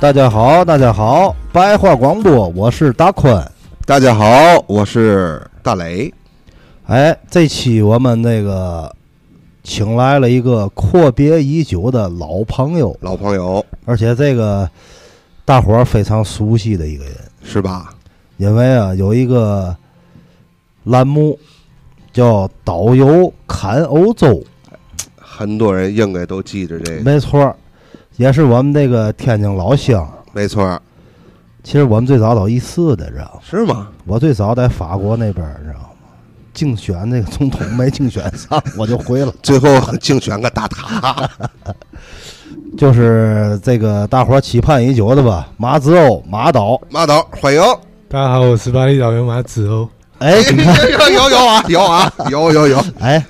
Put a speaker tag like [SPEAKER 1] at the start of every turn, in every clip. [SPEAKER 1] 大家好，大家好，白话广播，我是大坤。
[SPEAKER 2] 大家好，我是大雷。
[SPEAKER 1] 哎，这期我们那个请来了一个阔别已久的老朋友，
[SPEAKER 2] 老朋友
[SPEAKER 1] 而且这个大伙儿非常熟悉的一个人，
[SPEAKER 2] 是吧？
[SPEAKER 1] 因为啊有一个栏目叫“导游侃欧洲
[SPEAKER 2] 很多人应该都记着这”，个，
[SPEAKER 1] 没错儿，也是我们这个天津老乡。
[SPEAKER 2] 没错儿，
[SPEAKER 1] 其实我们最早到一四的，知道吗？
[SPEAKER 2] 是吗？
[SPEAKER 1] 我最早在法国那边儿，你知道吗？竞选那个总统没竞选 上，我就回了。
[SPEAKER 2] 最后竞选个大 塔，
[SPEAKER 1] 就是这个大伙儿期盼已久的吧，马子欧马导，
[SPEAKER 2] 马导欢迎。
[SPEAKER 3] 大家好，我是巴黎导游马子哦欧。
[SPEAKER 1] 哎，你看，
[SPEAKER 2] 有有啊，有啊，有有有。
[SPEAKER 1] 哎，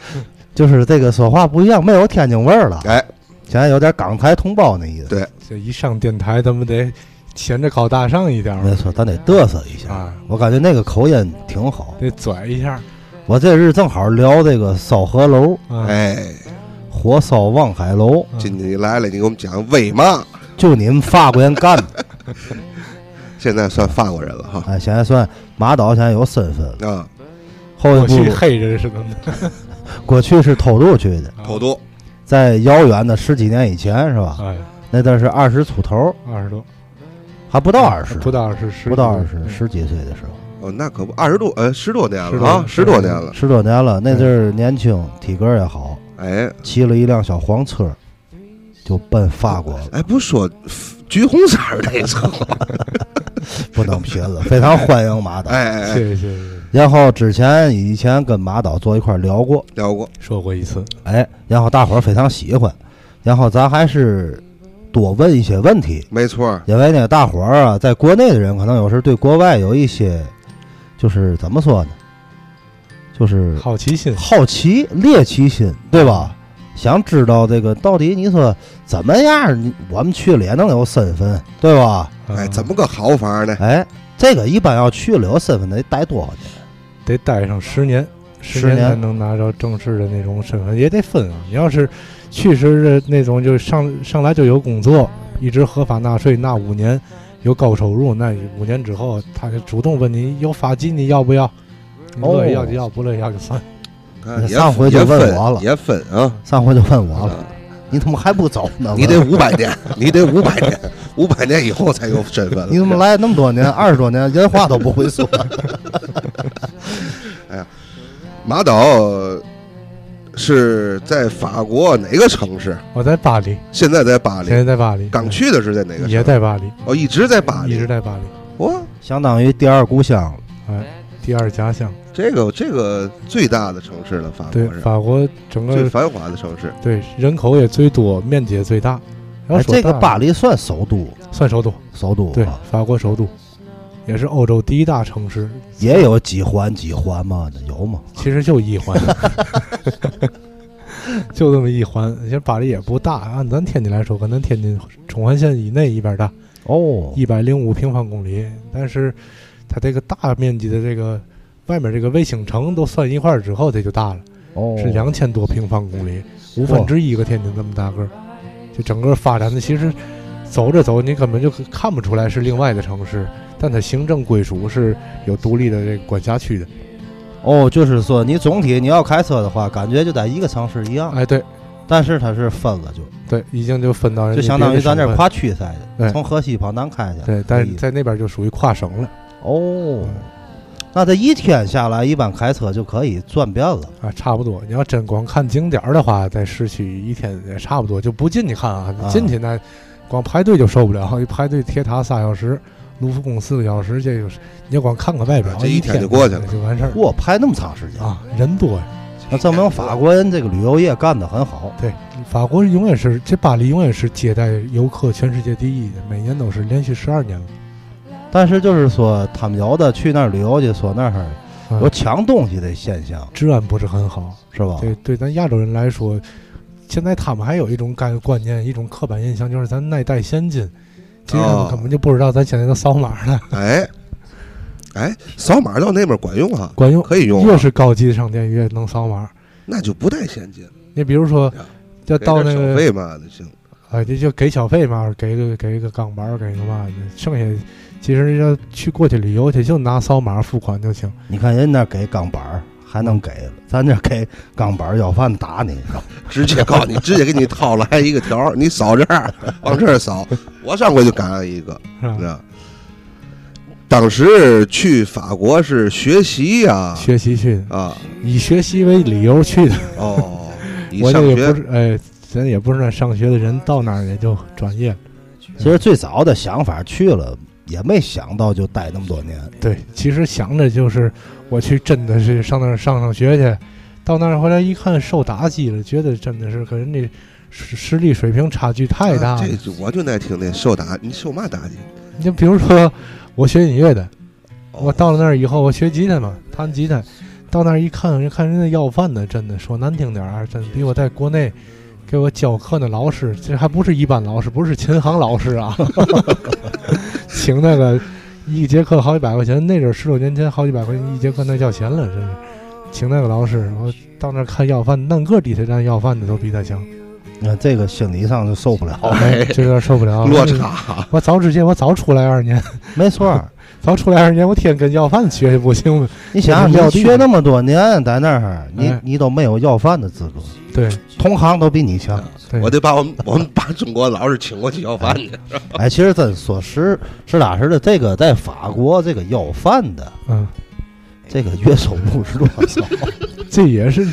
[SPEAKER 1] 就是这个说话不一样，没有天津味儿了，
[SPEAKER 2] 哎，
[SPEAKER 1] 现在有点港台同胞那意思。
[SPEAKER 2] 对
[SPEAKER 3] 这一上电台，咱们得闲着考大上一点
[SPEAKER 1] 没
[SPEAKER 3] 儿
[SPEAKER 1] 错，咱得嘚瑟一下。
[SPEAKER 3] 啊，
[SPEAKER 1] 我感觉那个口音挺好。
[SPEAKER 3] 得拽一下
[SPEAKER 1] 我这日正好聊这个烧河楼、
[SPEAKER 3] 啊。
[SPEAKER 2] 哎，
[SPEAKER 1] 火烧望海楼，
[SPEAKER 3] 啊
[SPEAKER 2] 今天你来了，你给我们讲为嘛？
[SPEAKER 1] 就你们法国人干的。
[SPEAKER 2] 现在算法国人了哈。
[SPEAKER 1] 哎，现在算马导现在有身份了，
[SPEAKER 2] 啊，
[SPEAKER 1] 后
[SPEAKER 3] 我
[SPEAKER 1] 一
[SPEAKER 3] 去
[SPEAKER 1] 步
[SPEAKER 3] 黑人是怎么的？
[SPEAKER 1] 过去是偷渡去的，
[SPEAKER 2] 头多
[SPEAKER 1] 在遥远的十几年以前是吧？
[SPEAKER 3] 哎，
[SPEAKER 1] 那阵儿是二十出头，
[SPEAKER 3] 二十多，
[SPEAKER 1] 还不
[SPEAKER 3] 不
[SPEAKER 1] 到二十，
[SPEAKER 3] 不到二十，十
[SPEAKER 1] 不到二十，
[SPEAKER 3] 嗯
[SPEAKER 1] 十几岁的时候，
[SPEAKER 2] 哦，那可不，二十多呃十多年
[SPEAKER 3] 十
[SPEAKER 2] 了
[SPEAKER 3] 多
[SPEAKER 2] 啊，十多年了。
[SPEAKER 1] 十多年
[SPEAKER 3] 嗯
[SPEAKER 1] 了。那阵儿年轻，体格也好，
[SPEAKER 2] 哎
[SPEAKER 1] 骑了一辆小黄车，就奔法国
[SPEAKER 3] 嗯
[SPEAKER 1] 了，
[SPEAKER 2] 哎，不说橘红色儿那车 吗？
[SPEAKER 1] 不能贫 了，非常欢迎马导。
[SPEAKER 2] 哎哎
[SPEAKER 3] 谢
[SPEAKER 2] 哎，
[SPEAKER 3] 谢谢谢，
[SPEAKER 1] 然后之前以前跟马导坐一块儿聊过，
[SPEAKER 2] 聊过
[SPEAKER 3] 说过一次，
[SPEAKER 1] 哎，然后大伙儿非常喜欢，然后咱还是多问一些问题，
[SPEAKER 2] 没错儿。
[SPEAKER 1] 因为呢，大伙儿啊，在国内的人可能有时候对国外有一些，就是怎么说呢，就是
[SPEAKER 3] 好奇心啊
[SPEAKER 1] 好奇、猎奇心，对吧？想知道这个到底你说怎么样，你我们去了也能有身份，对吧？
[SPEAKER 3] 啊
[SPEAKER 2] 哎，怎么个好法儿呢？
[SPEAKER 1] 哎，这个一般要去了有身份得待多少年？
[SPEAKER 3] 得待上十年，
[SPEAKER 1] 十
[SPEAKER 3] 十年
[SPEAKER 1] 年
[SPEAKER 3] 才能拿着正式的那种身份，也得分啊。你要是去时的那种，就上上来就有工作，一直合法纳税，纳五年，有高收入，那五年之后他就主动问你有发金，你要不要？你
[SPEAKER 1] 哦
[SPEAKER 3] 乐意要就要，不乐意要就算。
[SPEAKER 2] 啊也
[SPEAKER 1] 上回就
[SPEAKER 2] 也
[SPEAKER 1] 问
[SPEAKER 2] 分
[SPEAKER 1] 我了
[SPEAKER 2] 也分啊。
[SPEAKER 1] 上回就问我了，你怎么还不走呢？
[SPEAKER 2] 你得五百年，你得五百年，五百年以后才有身份了。
[SPEAKER 1] 你怎么？来那么多年，二十多年，人话都不会说？
[SPEAKER 2] 马导是在法国哪个城市？
[SPEAKER 3] 我在巴黎，
[SPEAKER 2] 现在在巴黎
[SPEAKER 3] 现。在在巴黎，
[SPEAKER 2] 刚去的是在哪个？
[SPEAKER 3] 也。在巴黎，
[SPEAKER 2] 哦，一直在巴
[SPEAKER 3] 一直
[SPEAKER 2] 黎。
[SPEAKER 3] 在巴黎，
[SPEAKER 2] 哇，
[SPEAKER 1] 相当于第二故乡了。
[SPEAKER 3] 哎，第二家乡，
[SPEAKER 2] 这个这个最大的城市了，法国
[SPEAKER 3] 对
[SPEAKER 2] 是
[SPEAKER 3] 法国整
[SPEAKER 2] 最
[SPEAKER 3] 个
[SPEAKER 2] 繁华的城市。
[SPEAKER 3] 对人口也最多，面积也最大。然
[SPEAKER 1] 哎，
[SPEAKER 3] 后
[SPEAKER 1] 这个巴黎算首都，
[SPEAKER 3] 算首都，
[SPEAKER 1] 首都啊
[SPEAKER 3] 对
[SPEAKER 1] 吧，
[SPEAKER 3] 法国首都，也是欧洲第一大城市，
[SPEAKER 1] 也有几环几环嘛？有吗？
[SPEAKER 3] 其实就一环，就这么一环。其实巴黎也不大，按咱天津来说，可能天津中环线以内一边大，
[SPEAKER 1] 哦，
[SPEAKER 3] 一百零五平方公里。但是它这个大面积的这个外面这个卫星城都算一块儿之后，这就大了，
[SPEAKER 1] 哦，
[SPEAKER 3] 是两千多平方公里，五分之一个天津这么大个儿。就整个发展的其实走着走，你根本就看不出来是另外的城市，但它行政归属是有独立的这个管辖区的。
[SPEAKER 1] 哦，就是说你总体你要开车的话，感觉就在一个城市一样，
[SPEAKER 3] 哎，对。
[SPEAKER 1] 但是它是分了就，
[SPEAKER 3] 对，已经就分到人
[SPEAKER 1] 就
[SPEAKER 3] 家
[SPEAKER 1] 相当
[SPEAKER 3] 别
[SPEAKER 1] 于
[SPEAKER 3] 的
[SPEAKER 1] 咱这
[SPEAKER 3] 省
[SPEAKER 1] 儿
[SPEAKER 3] 份
[SPEAKER 1] 跨区赛的，
[SPEAKER 3] 对
[SPEAKER 1] 从河西跑南开去。
[SPEAKER 3] 对，但
[SPEAKER 1] 这
[SPEAKER 3] 是
[SPEAKER 1] 意思
[SPEAKER 3] 在那边就属于跨省了
[SPEAKER 1] 哦，那这一天下来，一般开车就可以转遍了。
[SPEAKER 3] 啊，差不多。你要真光看景点儿的话，在市区一天也差不多，就不进去看啊。
[SPEAKER 1] 啊
[SPEAKER 3] 进去那光排队就受不了， 一排队铁塔仨小时，卢浮宫四个小时，这就是你要光看看外表
[SPEAKER 2] 啊，这一
[SPEAKER 3] 一
[SPEAKER 2] 天就过去了
[SPEAKER 3] 就完事儿
[SPEAKER 1] 哇，排那么长时间，
[SPEAKER 3] 啊，人多呀。
[SPEAKER 1] 那证明法国人这个旅游业干得很好。
[SPEAKER 3] 对，法国永远是这巴黎永远是接待游客全世界第一的，每年都是连续十二年了。
[SPEAKER 1] 但是就是说，他们有的去那儿旅游去，说那儿
[SPEAKER 3] 啊
[SPEAKER 1] 有抢东西的现象，
[SPEAKER 3] 治安不是很好，
[SPEAKER 1] 是
[SPEAKER 2] 哦
[SPEAKER 1] 吧？
[SPEAKER 3] 对对，咱亚洲人来说，现在他们还有一种概观念，一种刻板印象，就是咱耐带先进。其实他
[SPEAKER 2] 哦
[SPEAKER 3] 们根本就不知道咱现在都扫码了，
[SPEAKER 2] 哎，哎，扫码到那边管用啊，
[SPEAKER 3] 管用。
[SPEAKER 2] 可以用
[SPEAKER 3] 越
[SPEAKER 2] 啊，
[SPEAKER 3] 是高级的商店越能扫码。
[SPEAKER 2] 那就不带现金，
[SPEAKER 3] 你比如说，要
[SPEAKER 2] 给
[SPEAKER 3] 到
[SPEAKER 2] 点
[SPEAKER 3] 那
[SPEAKER 2] 小
[SPEAKER 3] 个
[SPEAKER 2] 费嘛就行。
[SPEAKER 3] 啊，这就给小费嘛，给个给个钢板，给个嘛的，剩下其实要去过去旅游去，就拿扫码付款就行。
[SPEAKER 1] 你看人那给钢板儿还能给了，咱这给钢板儿要饭打你，
[SPEAKER 3] 嗯
[SPEAKER 2] 直接告诉你，直接给你掏来一个条儿，你扫这儿，往这儿扫。我上回就赶上一个，
[SPEAKER 3] 是吧
[SPEAKER 2] 你知道，当时去法国是学习呀、
[SPEAKER 3] 学习去的，
[SPEAKER 2] 啊，
[SPEAKER 3] 以学习为理由去的。
[SPEAKER 2] 哦，你
[SPEAKER 3] 我
[SPEAKER 2] 上
[SPEAKER 3] 这也
[SPEAKER 2] 学
[SPEAKER 3] 不是，哎，咱也不是那上学的人，到那儿也就专业了。
[SPEAKER 1] 其实最早的想法去了，也没想到就待那么多年。
[SPEAKER 3] 对，其实想着就是我去真的是上那儿上上学去，到那儿回来一看受打击了，觉得真的是跟人家实实力水平差距太大
[SPEAKER 2] 啊
[SPEAKER 3] 了。
[SPEAKER 2] 这就我就爱听那受打，你受嘛打击？
[SPEAKER 3] 你就比如说我学音乐的，
[SPEAKER 2] 哦
[SPEAKER 3] 我到了那儿以后我学吉他嘛，弹吉他，到那儿一看，人看人家要饭的，真的说难听点儿啊，真的比我在国内。给我教课那老师，这还不是一般老师，不是琴行老师啊， 请那个一节课好几百块钱，那阵儿十六年前好几百块钱一节课那叫钱了，真是。请那个老师，我到那儿看要饭，弄个地铁站要饭的都比他强，
[SPEAKER 1] 那这个心理上就受不了
[SPEAKER 3] 嗯
[SPEAKER 1] 了。
[SPEAKER 2] 哎，
[SPEAKER 3] 这有点受不了了。啊
[SPEAKER 2] 落差，
[SPEAKER 3] 我早直接，我早出来二年，
[SPEAKER 1] 没错 儿，
[SPEAKER 3] 早出来二年，我天天跟要饭学去不行吗？
[SPEAKER 1] 你想
[SPEAKER 3] 要
[SPEAKER 1] 想，你
[SPEAKER 3] 地
[SPEAKER 1] 学那么多年，在那儿你
[SPEAKER 3] 哎
[SPEAKER 1] 你都没有要饭的资格，
[SPEAKER 3] 对
[SPEAKER 1] 同行都比你强。
[SPEAKER 3] 对，
[SPEAKER 2] 我得把我们我们把中国老师请过去要饭去。
[SPEAKER 1] 哎，其实真说实实打实的，这个在法国这个要饭的，
[SPEAKER 3] 嗯，
[SPEAKER 1] 这个月收入是 多少？
[SPEAKER 3] 这也是，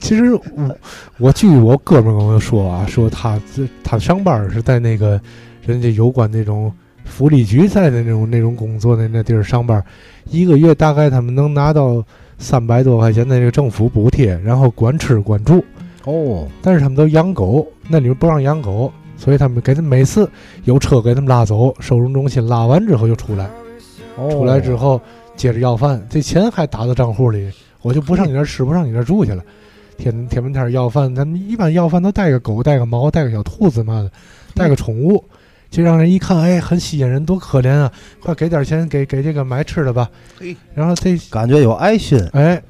[SPEAKER 3] 其实我我据我哥们儿跟我说啊，说他这他上班儿是在那个人家有关那种福利局在的那种那种工作的那地儿上班儿，一个月大概他们能拿到三百多块钱的这个政府补贴，然后管吃管住，
[SPEAKER 1] 哦，
[SPEAKER 3] 但是他们都养狗，那里面不让养狗。所以他们给他们每次有车给他们拉走，收容中心拉完之后又出来，
[SPEAKER 1] 哦
[SPEAKER 3] 出来之后接着要饭，这钱还打到账户里，我就不上你那儿吃，不上你那儿住去了。天天门天儿要饭，咱们一般要饭都带个狗、带个猫、带个小兔子嘛的，带个宠物，就让人一看，哎，很吸引人，多可怜啊！快给点钱给给这个买吃的吧
[SPEAKER 2] 嘿。
[SPEAKER 3] 然后这
[SPEAKER 1] 感觉有爱心，
[SPEAKER 3] 哎，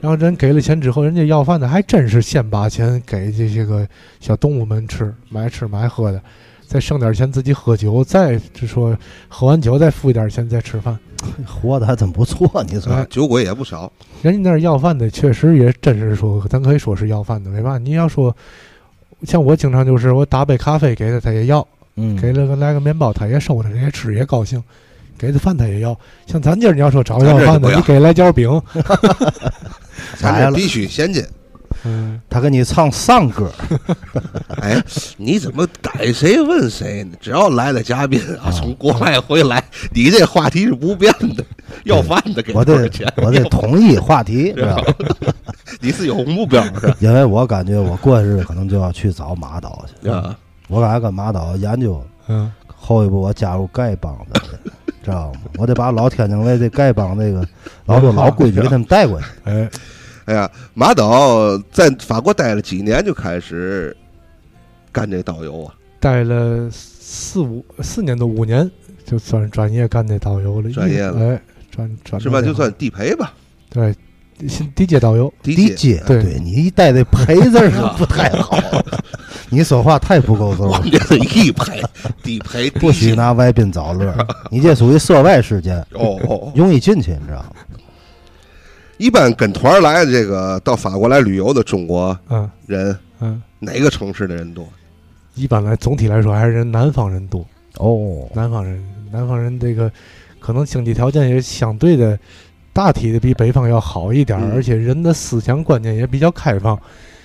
[SPEAKER 3] 然后人给了钱之后，人家要饭的还真是先把钱给这些个小动物们吃，买吃买喝的，再剩点钱自己喝酒，再就说喝完酒再付一点钱再吃饭。
[SPEAKER 1] 活的还真不错。你说
[SPEAKER 3] 哎
[SPEAKER 2] 酒鬼也不少，
[SPEAKER 3] 人家那儿要饭的确实也真是说，咱可以说是要饭的，没办法。你要说像我经常就是我打杯咖啡给他，他也要；
[SPEAKER 1] 嗯，
[SPEAKER 3] 给了个来个面包，他也收着，人家吃也高兴。给的饭他也要，像咱今儿你要说找要
[SPEAKER 2] 咱这
[SPEAKER 3] 饭
[SPEAKER 2] 就不
[SPEAKER 3] 的，
[SPEAKER 2] 要
[SPEAKER 3] 你给来件饼，
[SPEAKER 2] 咱
[SPEAKER 1] 来
[SPEAKER 2] 这
[SPEAKER 1] 了
[SPEAKER 2] 必须先进。
[SPEAKER 3] 嗯，
[SPEAKER 1] 他给你唱丧歌，
[SPEAKER 2] 哎，你怎么逮谁问谁呢？只要来了嘉宾啊，
[SPEAKER 1] 啊
[SPEAKER 2] 从国外回来，你这话题是不变的，要饭的给
[SPEAKER 1] 我
[SPEAKER 2] 多少
[SPEAKER 1] 得
[SPEAKER 2] 钱？
[SPEAKER 1] 我得统一话题，知道吧？
[SPEAKER 2] 你是有目标 的
[SPEAKER 1] 因为我感觉我过日子可能就要去找马导去，
[SPEAKER 2] 啊？
[SPEAKER 1] 我感觉跟马导研究
[SPEAKER 3] 嗯，
[SPEAKER 1] 后一步我加入丐帮子去，知道吗？我得把老天津卫这丐帮这个老多老规矩给他们带过去。
[SPEAKER 3] 哎，
[SPEAKER 2] 哎呀，马导在法国待了几年，就开始干这导游啊，
[SPEAKER 3] 待了四五四年多五年，就算转业干这导游了，
[SPEAKER 2] 专业了
[SPEAKER 3] 哎，转转
[SPEAKER 2] 是吧？
[SPEAKER 3] 到这
[SPEAKER 2] 就算
[SPEAKER 3] 行
[SPEAKER 2] 地陪吧，
[SPEAKER 3] 对，新地界导游，
[SPEAKER 2] 地
[SPEAKER 1] 低阶，
[SPEAKER 3] 对
[SPEAKER 1] 你一带这陪字儿就不太好，你说话太不够
[SPEAKER 2] 我
[SPEAKER 1] 揍，
[SPEAKER 2] 们这是一陪， 地陪
[SPEAKER 1] 不啊许
[SPEAKER 2] 呢。
[SPEAKER 1] 拿外宾找乐儿，你这属于涉外事件，
[SPEAKER 2] 哦哦，哦
[SPEAKER 1] 容易进去，你知道吗？
[SPEAKER 2] 一般跟团儿来的这个到法国来旅游的中国
[SPEAKER 3] 嗯
[SPEAKER 2] 人，
[SPEAKER 3] 嗯，
[SPEAKER 2] 哪个城市的人多？
[SPEAKER 3] 一般来总体来说还是人南方人多，
[SPEAKER 1] 哦，
[SPEAKER 3] 南方人南方人这个可能经济条件也相对的大体的比北方要好一点儿，
[SPEAKER 2] 嗯
[SPEAKER 3] 而且人的思想观念也比较开放，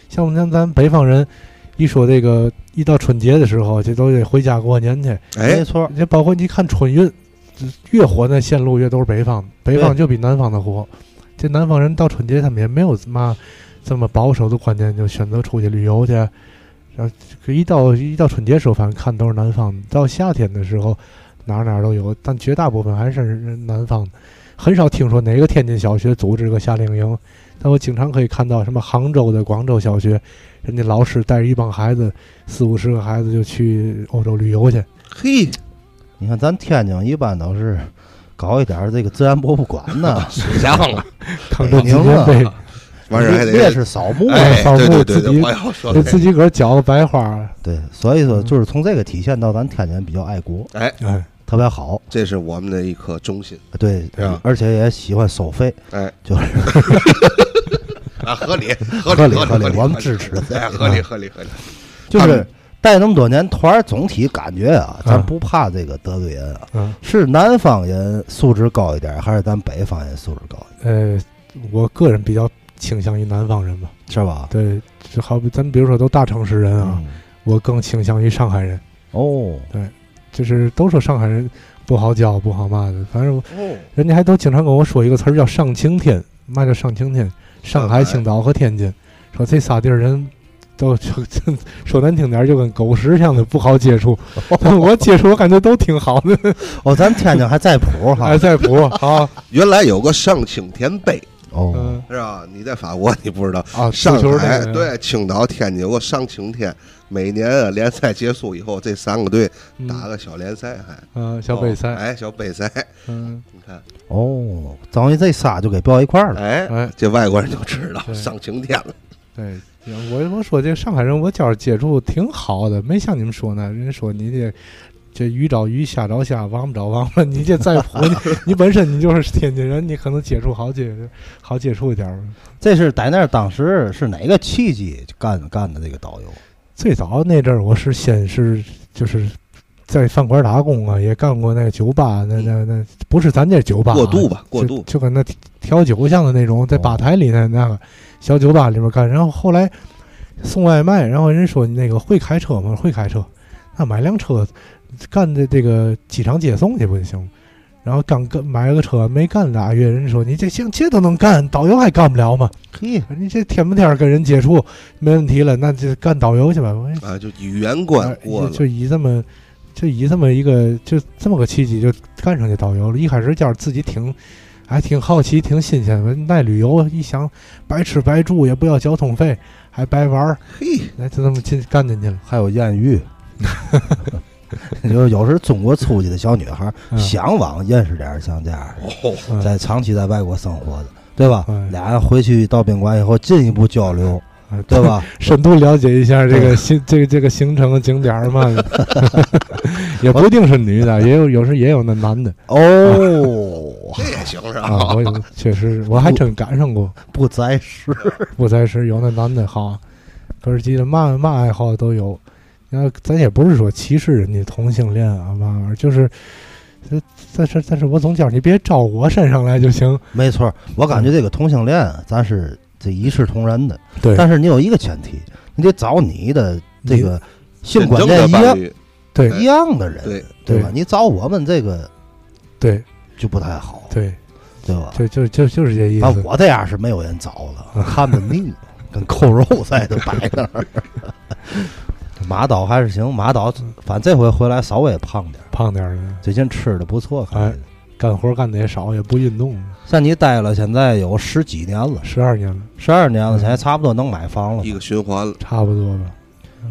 [SPEAKER 3] 像像咱北方人。一说这个，一到春节的时候，这都得回家过年去。
[SPEAKER 1] 没
[SPEAKER 2] 哎，
[SPEAKER 1] 错，
[SPEAKER 3] 你包括你看春运，这越火那线路越都是北方的，北方就比南方的火。这南方人到春节他们也没有嘛这么保守的观念，就选择出去旅游去。然后这一到一到春节时候，反正看都是南方的。到夏天的时候，哪儿哪儿都有，但绝大部分还是南方的。很少听说哪个天津小学组织个夏令营，但我经常可以看到什么杭州的广州小学，人家老师带着一帮孩子，四五十个孩子就去欧洲旅游去。
[SPEAKER 2] 嘿，
[SPEAKER 1] 你看咱天津一般都是搞一点儿这个自然博物馆呢，
[SPEAKER 2] 水象了，
[SPEAKER 3] 抗战期间
[SPEAKER 1] 北
[SPEAKER 3] 被
[SPEAKER 1] 宁
[SPEAKER 2] 完事儿还
[SPEAKER 1] 你也
[SPEAKER 2] 得
[SPEAKER 1] 是扫墓啊，
[SPEAKER 2] 哎，
[SPEAKER 3] 扫
[SPEAKER 2] 对对
[SPEAKER 3] 墓
[SPEAKER 2] 对
[SPEAKER 3] 自己
[SPEAKER 2] 对，我要说
[SPEAKER 3] 给
[SPEAKER 2] 这
[SPEAKER 3] 自己个儿搅个白花儿，
[SPEAKER 1] 对，所以说
[SPEAKER 3] 嗯
[SPEAKER 1] 就是从这个体现到咱天津比较爱国，
[SPEAKER 2] 个，哎，
[SPEAKER 3] 哎，
[SPEAKER 1] 特别好，
[SPEAKER 2] 这是我们的一颗中心，
[SPEAKER 1] 对
[SPEAKER 2] 对啊，
[SPEAKER 1] 而且也喜欢收费，
[SPEAKER 2] 哎，
[SPEAKER 1] 就是
[SPEAKER 2] 啊，合理，合
[SPEAKER 1] 合理
[SPEAKER 2] 合
[SPEAKER 1] 合
[SPEAKER 2] 理，
[SPEAKER 1] 理，我们支持，
[SPEAKER 2] 哎，合
[SPEAKER 3] 啊
[SPEAKER 2] 理，合理，合理，
[SPEAKER 1] 就是带那么多年团儿，总体感觉啊，咱
[SPEAKER 3] 嗯
[SPEAKER 1] 不怕这个得罪人啊，
[SPEAKER 3] 嗯，
[SPEAKER 1] 是南方人素质高一点，还是咱北方人素质高一点，
[SPEAKER 3] 呃，我个人比较倾向于南方人吧，
[SPEAKER 1] 是吧？
[SPEAKER 3] 对，就好比咱们比如说都大城市人啊，
[SPEAKER 1] 嗯，
[SPEAKER 3] 我更倾向于上海人，
[SPEAKER 1] 哦，
[SPEAKER 3] 就是都说上海人不好教不好骂的，反正我
[SPEAKER 2] 哦，
[SPEAKER 3] 人家还都经常跟我说一个词儿叫上青天，嘛叫上青天？上海、
[SPEAKER 2] 上海
[SPEAKER 3] 青岛和天津，说这仨地儿人。都就说 难听点儿，就跟狗屎一样的不好接触。我接触，我感觉都挺好的，
[SPEAKER 1] 哦，咱天津还在谱哈
[SPEAKER 3] 还，在谱啊，
[SPEAKER 2] 原来有个上青天杯
[SPEAKER 1] 哦，
[SPEAKER 3] 嗯
[SPEAKER 2] 是吧？你在法国你不知道，
[SPEAKER 3] 啊，
[SPEAKER 2] 上
[SPEAKER 3] 足球那
[SPEAKER 2] 海
[SPEAKER 3] 个
[SPEAKER 2] 对青岛、天津有个上青天，每年啊联赛结束以后，这三个队
[SPEAKER 3] 嗯
[SPEAKER 2] 打个小联赛，还
[SPEAKER 3] 嗯小北
[SPEAKER 2] 哦
[SPEAKER 3] 赛，
[SPEAKER 2] 哎，小杯赛，
[SPEAKER 3] 嗯，
[SPEAKER 2] 你看，
[SPEAKER 1] 哦，等于这仨就给标一块儿了，
[SPEAKER 2] 哎
[SPEAKER 3] 哎，
[SPEAKER 2] 这外国人就知道
[SPEAKER 3] 对
[SPEAKER 2] 上青天了，
[SPEAKER 3] 对，我我说这个上海人，我觉着接触挺好的，没像你们说呢。人家说你这这鱼找鱼，虾找虾，王八找王八， 你这在乎你你本身你就是天津人，你可能接触好接好接触一点儿。
[SPEAKER 1] 这是在那儿当时是哪个契机干干的这个导游？
[SPEAKER 3] 最早那阵儿，我是先是就是在饭馆打工啊，也干过那个酒吧，那那那不是咱这酒吧、啊，
[SPEAKER 2] 过渡吧，过
[SPEAKER 3] 就
[SPEAKER 2] 渡，
[SPEAKER 3] 就跟那调酒像的那种，在
[SPEAKER 1] 哦
[SPEAKER 3] 吧台里那那个小酒吧里边干。然后后来送外卖，然后人说你那个会开车吗？会开车，那买辆车干这这个机场接送去不就行吗？然后刚干买了个车，没干俩月，人说你这行这都能干，导游还干不了吗？
[SPEAKER 1] 嘿，
[SPEAKER 3] 你这天不天儿跟人接触，没问题了，那就干导游去吧。我
[SPEAKER 2] 啊，就语言关
[SPEAKER 3] 哎
[SPEAKER 2] 过
[SPEAKER 3] 就
[SPEAKER 2] 了，
[SPEAKER 3] 就以这么，就以这么一个就这么个契机就干上去导游了。一开始觉得自己挺，还挺好奇，挺新鲜的。那旅游一想，白吃白住也不要交通费，还白玩儿，
[SPEAKER 2] 嘿，
[SPEAKER 3] 哎，就这么进干进去了。
[SPEAKER 1] 还有艳遇。就是有时中国出去的小女孩儿
[SPEAKER 3] 嗯
[SPEAKER 1] 想往认识点儿像这样儿
[SPEAKER 2] 哦，
[SPEAKER 3] 嗯
[SPEAKER 1] 在长期在外国生活的，对吧
[SPEAKER 3] 嗯？
[SPEAKER 1] 俩人回去到宾馆以后进一步交流，
[SPEAKER 3] 哎
[SPEAKER 1] 对？吧？
[SPEAKER 3] 深度了解一下这个行这个这个行程景点 儿嘛，也不一定是女的，也有有时也有那男 的
[SPEAKER 1] 哦，
[SPEAKER 2] 这也行是吧？
[SPEAKER 3] 啊。我有确实我还真赶上过，
[SPEAKER 1] 不在是
[SPEAKER 3] 不才是有那男的哈，可是记得嘛嘛爱好都有。然后咱也不是说歧视人家同性恋啊嘛玩意儿，就是，呃但是但是我总觉得你别招我身上来就行。
[SPEAKER 1] 没错儿。我感觉这个同性恋啊咱是这一视同仁的，
[SPEAKER 3] 对
[SPEAKER 1] 但是你有一个前提，你得找你的这个性
[SPEAKER 2] 真
[SPEAKER 1] 观
[SPEAKER 2] 正
[SPEAKER 1] 念
[SPEAKER 2] 的
[SPEAKER 1] 一
[SPEAKER 2] 伴
[SPEAKER 1] 样
[SPEAKER 2] 侣，
[SPEAKER 3] 对
[SPEAKER 1] 一样的人，
[SPEAKER 2] 对，
[SPEAKER 1] 对吧？
[SPEAKER 3] 对
[SPEAKER 1] 你找我们这个
[SPEAKER 3] 对
[SPEAKER 1] 就不太好，
[SPEAKER 3] 对，
[SPEAKER 1] 对吧？
[SPEAKER 3] 就就就就是这意
[SPEAKER 1] 反
[SPEAKER 3] 思
[SPEAKER 1] 正。我这样是没有人找 了，看着腻，跟扣肉似的摆那儿。 马导还是行，马导反正这回回来稍微胖点儿，
[SPEAKER 3] 胖点儿的，
[SPEAKER 1] 最近吃的不错，看着
[SPEAKER 3] 哎干活干的也少，也不运动，
[SPEAKER 1] 像你待了现在有十几年了，
[SPEAKER 3] 十二年了，
[SPEAKER 1] 十二年了，
[SPEAKER 3] 嗯
[SPEAKER 1] 现在差不多能买房了
[SPEAKER 2] 一。个循环了，
[SPEAKER 3] 差不多吧。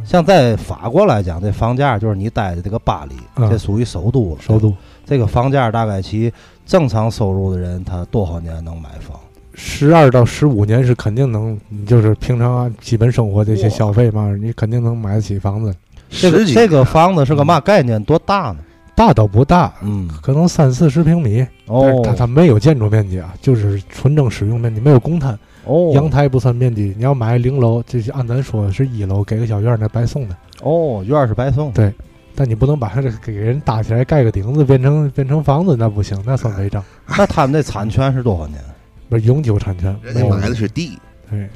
[SPEAKER 1] 像在法国来讲，这房价就是你待的这个巴黎，
[SPEAKER 3] 嗯
[SPEAKER 1] 这属于首都了。
[SPEAKER 3] 首都
[SPEAKER 1] 这个房价大概其正常收入的人，他多少年能买房？
[SPEAKER 3] 十二到十五年是肯定能，你就是平常啊基本生活这些
[SPEAKER 2] 哇
[SPEAKER 3] 消费嘛，你肯定能买得起房子。
[SPEAKER 1] 这个
[SPEAKER 2] 十几
[SPEAKER 1] 这个
[SPEAKER 2] 年
[SPEAKER 1] 房子是个嘛概念？多大呢？
[SPEAKER 3] 大倒不大，
[SPEAKER 1] 嗯，
[SPEAKER 3] 可能三四十平米，但
[SPEAKER 1] 哦
[SPEAKER 3] 是它它没有建筑面积啊，就是纯正使用面积，没有公摊，
[SPEAKER 1] 哦，
[SPEAKER 3] 阳台不算面积。你要买零楼，这是按咱说是一楼，给个小院儿那白送的，
[SPEAKER 1] 哦，院儿是白送的。
[SPEAKER 3] 但你不能把它这个给人搭起来盖个顶子，变成变成房子，那不行，那算违章，
[SPEAKER 1] 那他们这产权是多少年？
[SPEAKER 3] 不是永久产权。
[SPEAKER 2] 人
[SPEAKER 3] 没
[SPEAKER 2] 家
[SPEAKER 3] 有
[SPEAKER 2] 买的是地，
[SPEAKER 3] 对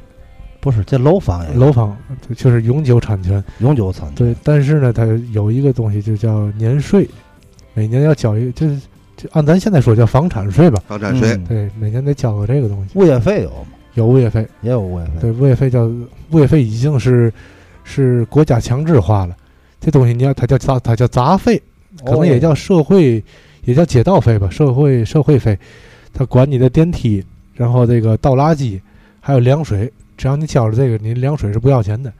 [SPEAKER 1] 不是，这楼房也
[SPEAKER 3] 楼房就是永久产权，
[SPEAKER 1] 永久产权。
[SPEAKER 3] 对，但是呢，它有一个东西就叫年税，每年要交一个，就是就按咱现在说叫房产税吧，
[SPEAKER 2] 房产税
[SPEAKER 1] 嗯
[SPEAKER 3] 对，每年得交个这个东西，
[SPEAKER 1] 物业费有吗？
[SPEAKER 3] 有物业费。
[SPEAKER 1] 也有物业费。
[SPEAKER 3] 对，物业费叫物业费已经是是国家强制化了，这东西你要它叫杂它叫杂费，可能也
[SPEAKER 1] 哦
[SPEAKER 3] 叫社会、也叫街道费吧，社会社会费，它管你的电梯，然后这个倒垃圾，还有凉水，只要你交了这个，你凉水是不要钱的。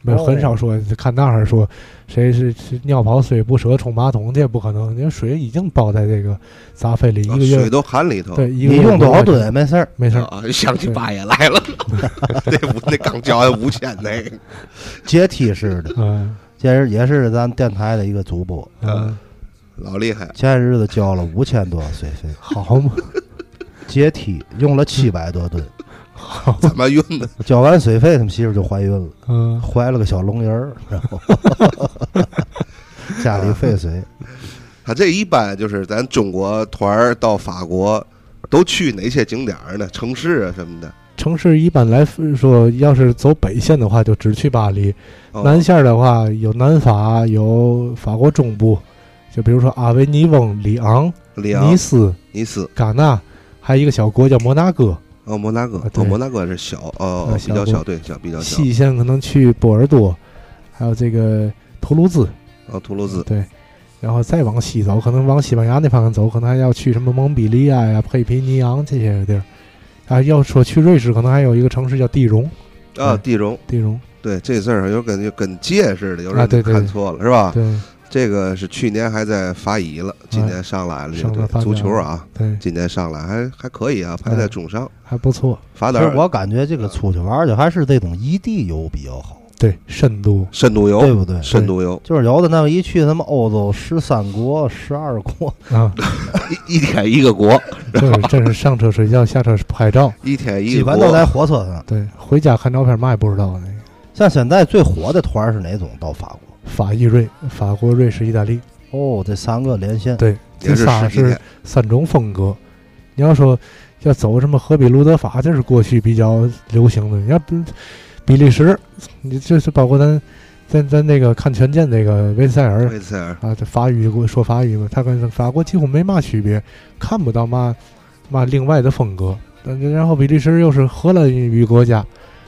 [SPEAKER 3] 没有
[SPEAKER 1] 哦
[SPEAKER 3] 很少说看那儿说谁是是尿跑虽不折冲马桶，这不可能，因为水已经包在这个杂费里，一个
[SPEAKER 2] 啊呃水
[SPEAKER 3] 月
[SPEAKER 2] 都含里头。
[SPEAKER 3] 对一个
[SPEAKER 1] 你
[SPEAKER 3] 月
[SPEAKER 1] 用多少
[SPEAKER 3] 不
[SPEAKER 1] 吨也没事儿，
[SPEAKER 3] 没事儿，
[SPEAKER 2] 啊， 想起八爷来了， 那五那刚交完五千那个，
[SPEAKER 1] 阶梯式的，
[SPEAKER 3] 嗯
[SPEAKER 1] 这是也是咱电台的一个主播，
[SPEAKER 3] 嗯，
[SPEAKER 2] 老厉害。
[SPEAKER 1] 前些日子交了五千多水费，
[SPEAKER 3] 好嘛，
[SPEAKER 1] 阶梯用了七百多吨，
[SPEAKER 3] 好，
[SPEAKER 2] 怎么运的？
[SPEAKER 1] 交完水费，他们媳妇就怀孕了，
[SPEAKER 3] 嗯，
[SPEAKER 1] 怀了个小龙人儿，然后 家里废水，
[SPEAKER 2] 他啊这一般就是咱中国团儿到法国，都去哪些景点儿呢？城市啊什么的。
[SPEAKER 3] 城市一般来说，要是走北线的话，就只去巴黎；
[SPEAKER 2] 哦
[SPEAKER 3] 南线的话，有南法，有法国中部，就比如说阿维尼翁、里昂、
[SPEAKER 2] 里昂
[SPEAKER 3] 尼、斯、
[SPEAKER 2] 尼斯，
[SPEAKER 3] 戛纳，还有一个小国叫摩纳哥。
[SPEAKER 2] 哦，摩纳哥
[SPEAKER 3] 啊，对
[SPEAKER 2] 哦，摩纳哥是小，哦，哦
[SPEAKER 3] 啊
[SPEAKER 2] 比较
[SPEAKER 3] 小国
[SPEAKER 2] 小，对，小比较小。
[SPEAKER 3] 西线可能去波尔多，还有这个图卢兹，
[SPEAKER 2] 哦，图卢兹，
[SPEAKER 3] 对，然后再往西走，可能往西班牙那方向走，可能还要去什么蒙彼利亚呀、佩皮尼昂这些地儿。啊，要说去瑞士，可能还有一个城市叫地荣，
[SPEAKER 2] 啊，
[SPEAKER 3] 对
[SPEAKER 2] 地荣，
[SPEAKER 3] 地荣，
[SPEAKER 2] 对，这字儿有跟就跟界似的，有
[SPEAKER 3] 啊
[SPEAKER 2] 人
[SPEAKER 3] 对对
[SPEAKER 2] 看错了是吧？
[SPEAKER 3] 对
[SPEAKER 2] 这个是去年还在法乙了，今年上来了，这
[SPEAKER 3] 哎上
[SPEAKER 2] 个
[SPEAKER 3] 了哎
[SPEAKER 2] 队
[SPEAKER 3] 法甲
[SPEAKER 2] 足球啊，
[SPEAKER 3] 对，
[SPEAKER 2] 今年上来还还可以啊，排在中上。
[SPEAKER 3] 还不错，
[SPEAKER 2] 法
[SPEAKER 1] 其实
[SPEAKER 2] 德
[SPEAKER 1] 我感觉这个出去玩儿去还是这种异地游比较好，
[SPEAKER 3] 对，深度，
[SPEAKER 2] 深度
[SPEAKER 1] 对
[SPEAKER 2] 游，
[SPEAKER 1] 不对？
[SPEAKER 2] 深度游，
[SPEAKER 1] 就是有的那么一去他妈欧洲十三国、十二国，
[SPEAKER 3] 啊，
[SPEAKER 2] 一一天一个国，
[SPEAKER 3] 就是这是上车睡觉，下车拍照，
[SPEAKER 2] 一天一
[SPEAKER 1] 基
[SPEAKER 2] 个
[SPEAKER 1] 本都在
[SPEAKER 2] 国。
[SPEAKER 1] 火车上。
[SPEAKER 3] 对，回家看照片嘛也不知道那个。
[SPEAKER 1] 像现在最火的团儿是哪种？到法国
[SPEAKER 3] 法、意、瑞、法国、瑞士、意大利，
[SPEAKER 1] 哦，这三个连线，
[SPEAKER 3] 对，
[SPEAKER 2] 也
[SPEAKER 3] 这
[SPEAKER 2] 是
[SPEAKER 3] 仨
[SPEAKER 2] 十几
[SPEAKER 3] 是
[SPEAKER 2] 天，
[SPEAKER 3] 三种风格。你要说要走什么荷比路德法，这是过去比较流行的。你要不比利时，你就是包括咱咱咱那个看权健那个维塞尔
[SPEAKER 2] 维塞尔
[SPEAKER 3] 啊，这法语国说法语嘛，他跟法国几乎没嘛区别，看不到嘛嘛另外的风格。但然后比利时又是荷兰语国家，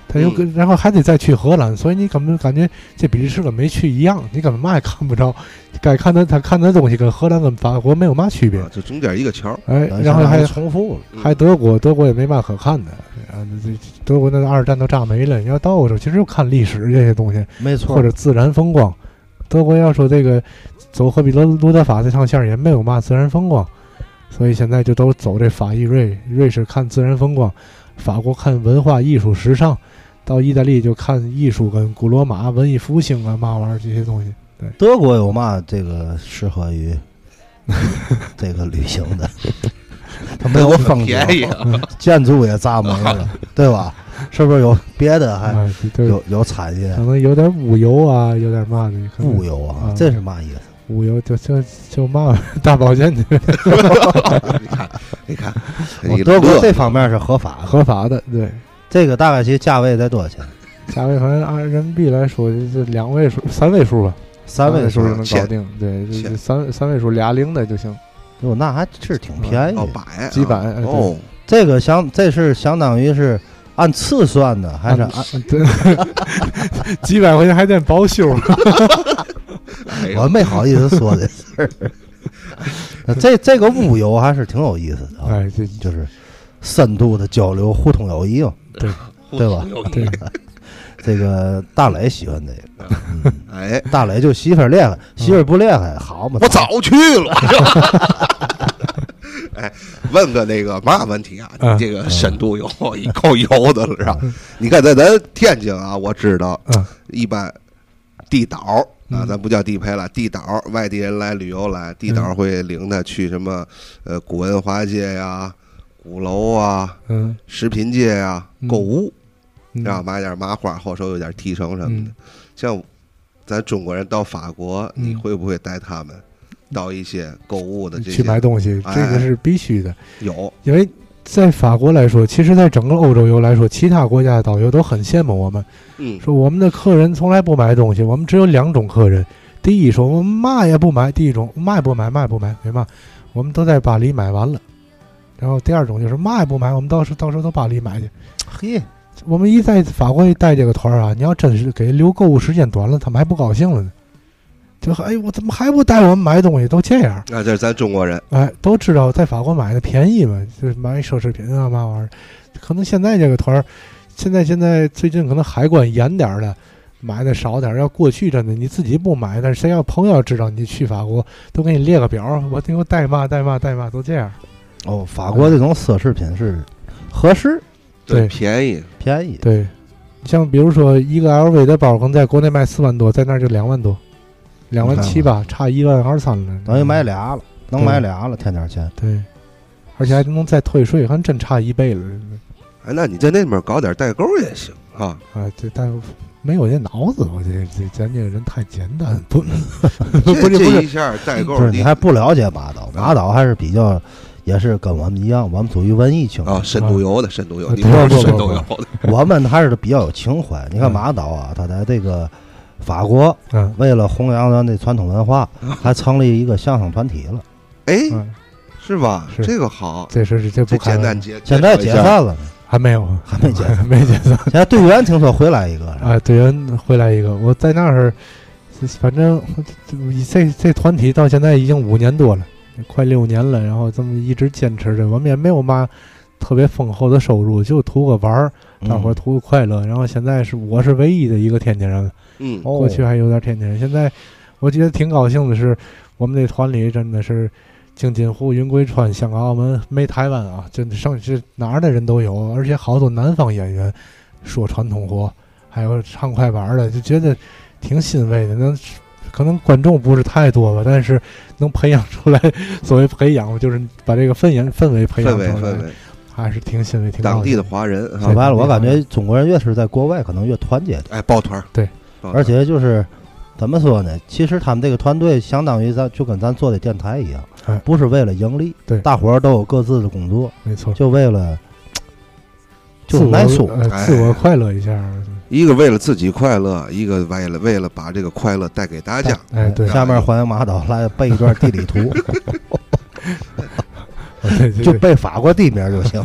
[SPEAKER 3] 他又
[SPEAKER 1] 嗯
[SPEAKER 3] 跟、然后还得再去荷兰，所以你根本感觉这比利时跟没去一样，你根本嘛也看不着。该看的他看的东西跟荷兰跟法国没有嘛区别
[SPEAKER 2] 啊，。就中间一个桥。
[SPEAKER 3] 哎，
[SPEAKER 1] 但是
[SPEAKER 3] 然后
[SPEAKER 1] 现在
[SPEAKER 3] 还
[SPEAKER 1] 重复了。
[SPEAKER 2] 嗯
[SPEAKER 3] 还德国，德国也没嘛可看的，啊，这德国那二战都炸没了。你要到欧洲，其实就看历史这些东西，
[SPEAKER 1] 没错，
[SPEAKER 3] 或者自然风光。德国要说这个走和比罗卢德法这趟线儿也没有嘛自然风光，所以现在就都走这法意瑞，瑞士看自然风光，法国看文化艺术时尚，到意大利就看艺术跟古罗马文艺复兴啊嘛玩意儿这些东西。
[SPEAKER 1] 德国有嘛这个适合 于这个旅行的？它没
[SPEAKER 2] 德
[SPEAKER 1] 有
[SPEAKER 2] 国
[SPEAKER 1] 风
[SPEAKER 2] 很
[SPEAKER 1] 景，
[SPEAKER 2] 便宜啊，
[SPEAKER 1] 建筑也炸没 了，对吧？是不是有别的还
[SPEAKER 3] 啊，就
[SPEAKER 1] 有有产业
[SPEAKER 3] 可能有点物游啊，有点嘛的。可能
[SPEAKER 1] 物游啊
[SPEAKER 3] 啊？
[SPEAKER 1] 这是嘛意思？
[SPEAKER 3] 五游就就就嘛大保健去，
[SPEAKER 2] 你看，你看，
[SPEAKER 1] 我
[SPEAKER 2] 你
[SPEAKER 1] 德国
[SPEAKER 2] 乐
[SPEAKER 1] 这方面是合法的，
[SPEAKER 3] 合法的，对，
[SPEAKER 1] 这个大概其价位在多少钱？
[SPEAKER 3] 价位反正按人民币来说，这两位数、三位数吧，
[SPEAKER 1] 三
[SPEAKER 3] 位
[SPEAKER 1] 位
[SPEAKER 3] 数
[SPEAKER 1] 数
[SPEAKER 2] 啊
[SPEAKER 3] 就能搞
[SPEAKER 2] 钱
[SPEAKER 3] 定，对，就
[SPEAKER 2] 钱
[SPEAKER 3] 就三三位数俩零的就行，
[SPEAKER 1] 哟，那还是挺便宜
[SPEAKER 2] 哦
[SPEAKER 1] 的。
[SPEAKER 2] 百
[SPEAKER 3] 几百哎对
[SPEAKER 2] 哦，
[SPEAKER 1] 这个相这是相当于是按次算的，还是
[SPEAKER 3] 按
[SPEAKER 1] 按？
[SPEAKER 3] 对，啊几百块钱还得包修，
[SPEAKER 2] 哎
[SPEAKER 1] 我
[SPEAKER 2] 呦
[SPEAKER 1] 没好意思说这事 儿。这这个物游还是挺有意思的，啊，
[SPEAKER 3] 哎，这
[SPEAKER 1] 就是深度的交流、互通有谊嘛。对吧
[SPEAKER 2] 有
[SPEAKER 3] 对
[SPEAKER 2] 意，
[SPEAKER 1] 这个大磊喜欢这个，嗯
[SPEAKER 2] 哎，
[SPEAKER 1] 大磊就媳妇儿厉害，媳妇儿不厉害，好嘛？
[SPEAKER 2] 我早去了。 哎，问个那个嘛问题啊？你
[SPEAKER 3] 嗯
[SPEAKER 2] 这个深度游够油的了是吧？你看在咱天津啊，我知道
[SPEAKER 3] 嗯，
[SPEAKER 2] 一般地导啊，
[SPEAKER 3] 嗯
[SPEAKER 2] 咱不叫地陪了，地导外地人来旅游来，地
[SPEAKER 3] 嗯
[SPEAKER 2] 导会领他去什么呃古文化街呀、鼓楼啊、
[SPEAKER 3] 嗯，
[SPEAKER 2] 食品街呀、
[SPEAKER 3] 嗯
[SPEAKER 2] 购物，
[SPEAKER 3] 嗯
[SPEAKER 2] 然后买点麻花，后手有点提成什么的。像咱中国人到法国，
[SPEAKER 3] 嗯
[SPEAKER 2] 你会不会带他们到一些购物的这
[SPEAKER 3] 去买
[SPEAKER 2] 些？
[SPEAKER 3] 东西，
[SPEAKER 2] 哎
[SPEAKER 3] 这个是必须的，
[SPEAKER 2] 有，
[SPEAKER 3] 因为在法国来说，其实，在整个欧洲游来说，其他国家的导游都很羡慕我们。
[SPEAKER 2] 嗯，
[SPEAKER 3] 说我们的客人从来不买东西，我们只有两种客人。第一种我们嘛也不买，第一种嘛也不买，嘛也不买，明白？我们都在巴黎买完了。然后第二种就是嘛也不买，我们到时到时候到巴黎买去。
[SPEAKER 1] 嘿，
[SPEAKER 3] 我们一在法国一带这个团儿啊，你要真是给留购物时间短了，他们还不高兴了呢。就哎，我怎么还不带我们买东西？都这样，
[SPEAKER 2] 那这是咱中国人，
[SPEAKER 3] 哎，都知道在法国买的便宜嘛，就是买奢侈品啊嘛玩意儿。可能现在这个团儿，现在现在最近可能海关严点儿了，买的少点儿。要过去真的你自己不买，但是谁要朋友知道你去法国，都给你列个表儿，我得给我带嘛带嘛带嘛，都这样。
[SPEAKER 1] 哦，法国这种奢侈品是合适、
[SPEAKER 3] 对
[SPEAKER 2] 便宜，
[SPEAKER 1] 便宜，
[SPEAKER 3] 对，像比如说一个 LV 的包，可能在国内卖四万多，在那儿就两万多，两万七吧，差一万二三了。
[SPEAKER 1] 等于买俩了，能
[SPEAKER 3] 对
[SPEAKER 1] 买俩了，添点钱。
[SPEAKER 3] 对，而且还能再退税，还真差一倍了
[SPEAKER 2] 哎，那你在那边搞点代购也行 啊。
[SPEAKER 3] 啊！这但没有这脑子，我这这咱这个人太简单，不
[SPEAKER 2] 这
[SPEAKER 3] 不是不
[SPEAKER 2] 这
[SPEAKER 3] 是
[SPEAKER 2] 一下代购
[SPEAKER 1] 不是，
[SPEAKER 2] 你
[SPEAKER 1] 你还不了解马岛，马岛还是比较，也是跟我们一样，我们属于文艺情怀，
[SPEAKER 2] 啊，深度游的深度游，
[SPEAKER 3] 啊
[SPEAKER 2] 你不是
[SPEAKER 3] 不不
[SPEAKER 2] 深
[SPEAKER 3] 不
[SPEAKER 2] 度
[SPEAKER 3] 不
[SPEAKER 2] 游的，
[SPEAKER 1] 我们还是比较有情怀。你看
[SPEAKER 3] 嗯
[SPEAKER 1] 马岛啊，他在这个法国，
[SPEAKER 3] 嗯
[SPEAKER 1] 为了弘扬咱的传统文化，还成立一个相声团体了，
[SPEAKER 2] 哎，
[SPEAKER 3] 嗯，
[SPEAKER 2] 是吧？
[SPEAKER 3] 是
[SPEAKER 2] 这个好，
[SPEAKER 3] 这是
[SPEAKER 2] 这
[SPEAKER 3] 这不开
[SPEAKER 2] 简
[SPEAKER 3] 玩
[SPEAKER 2] 单
[SPEAKER 3] 笑
[SPEAKER 2] 解，
[SPEAKER 1] 现在
[SPEAKER 2] 介
[SPEAKER 1] 解
[SPEAKER 2] 绍一下
[SPEAKER 1] 散了呢。
[SPEAKER 3] 还没有 啊，
[SPEAKER 1] 还没解散。
[SPEAKER 3] 没解散。
[SPEAKER 1] 现在队员听说回来一个，
[SPEAKER 3] 啊，队员回来一个，我在那儿，反正这这这团体到现在已经五年多了，快六年了，然后这么一直坚持着，我们也没有嘛特别丰厚的收入，就图个玩儿，
[SPEAKER 1] 嗯
[SPEAKER 3] 大伙儿图个快乐。然后现在是我是唯一的一个天津人了，
[SPEAKER 2] 嗯，
[SPEAKER 1] 哦
[SPEAKER 3] 过去还有点天津人，现在我觉得挺高兴的是，我们这团里真的是。京津沪、云贵川、香港、澳门，没台湾啊，真的上去哪儿的人都有，而且好多南方演员说传统活，还有唱快板儿的，就觉得挺欣慰的。能可能观众不是太多吧，但是能培养出来，所谓培养就是把这个氛围氛围培
[SPEAKER 2] 氛
[SPEAKER 3] 养出
[SPEAKER 2] 围
[SPEAKER 3] 来，
[SPEAKER 2] 氛围，
[SPEAKER 3] 还是挺欣慰、挺高
[SPEAKER 2] 当地
[SPEAKER 3] 兴
[SPEAKER 2] 的华人
[SPEAKER 1] 说
[SPEAKER 2] 啊，
[SPEAKER 1] 白了，我感觉中国人越是在国外，可能越团结。
[SPEAKER 2] 哎，抱团儿
[SPEAKER 3] 对，
[SPEAKER 2] 抱团儿
[SPEAKER 1] 而且就是怎么说呢？其实他们这个团队相当于咱就跟咱做的电台一样
[SPEAKER 3] 哎，
[SPEAKER 1] 不是为了盈利，
[SPEAKER 3] 对
[SPEAKER 1] 大伙儿都有各自的工作，
[SPEAKER 3] 没错，
[SPEAKER 1] 就为了
[SPEAKER 3] 自
[SPEAKER 1] 就
[SPEAKER 3] 我
[SPEAKER 1] 耐说。
[SPEAKER 3] 呃
[SPEAKER 2] 哎
[SPEAKER 3] 自我快乐一下，
[SPEAKER 2] 一个为了自己快乐，一个为了为了把这个快乐带给大家。
[SPEAKER 3] 哎，对，
[SPEAKER 1] 下面欢迎马导来背一段地理图，
[SPEAKER 3] 对对
[SPEAKER 1] 就
[SPEAKER 3] 对
[SPEAKER 1] 背法国地名就 行。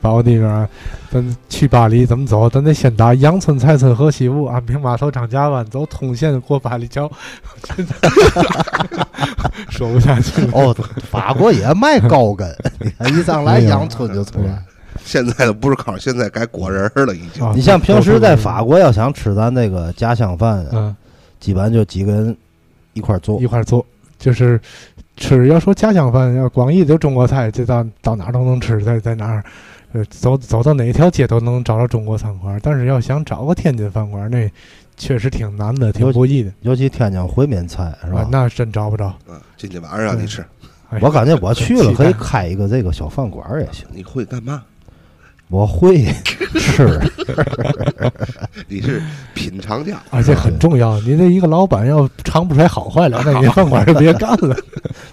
[SPEAKER 3] 把我那个，咱去巴黎怎么走？咱得先打杨村、蔡村、河西路、安平啊码头、张家湾，走通县过八里桥。 真的说不下去了。
[SPEAKER 1] 哦，法国也卖高 跟，你看一上来羊村就
[SPEAKER 3] 哎
[SPEAKER 1] 出来。
[SPEAKER 2] 现在的不是烤，现在改果仁儿了，已经。
[SPEAKER 3] 啊
[SPEAKER 1] 哦你像平时在法，国要想吃咱这个家乡饭，
[SPEAKER 3] 嗯，
[SPEAKER 1] 基本就几个人一块儿做
[SPEAKER 3] 一，块儿做，就是吃。要说家乡饭，要广义就中国菜，这到到哪儿都能吃，在在哪儿，呃，走走到哪一条街都能找到中国餐馆。但是要想找个天津饭馆，那确实挺难的，挺不易的
[SPEAKER 1] 尤其天津回民菜是吧
[SPEAKER 3] 啊，？那真找不着。
[SPEAKER 2] 啊，今天晚上让你吃，
[SPEAKER 3] 哎
[SPEAKER 1] 我感觉我去了
[SPEAKER 3] 期待
[SPEAKER 1] 可以开一个这个小饭馆儿也行，
[SPEAKER 2] 你会干嘛？
[SPEAKER 1] 我会 吃，
[SPEAKER 2] 你是品尝家，
[SPEAKER 3] 啊，这很重
[SPEAKER 2] 嗯
[SPEAKER 3] 要。您这一个老板要尝不出来好坏来， 那您饭馆就别干了。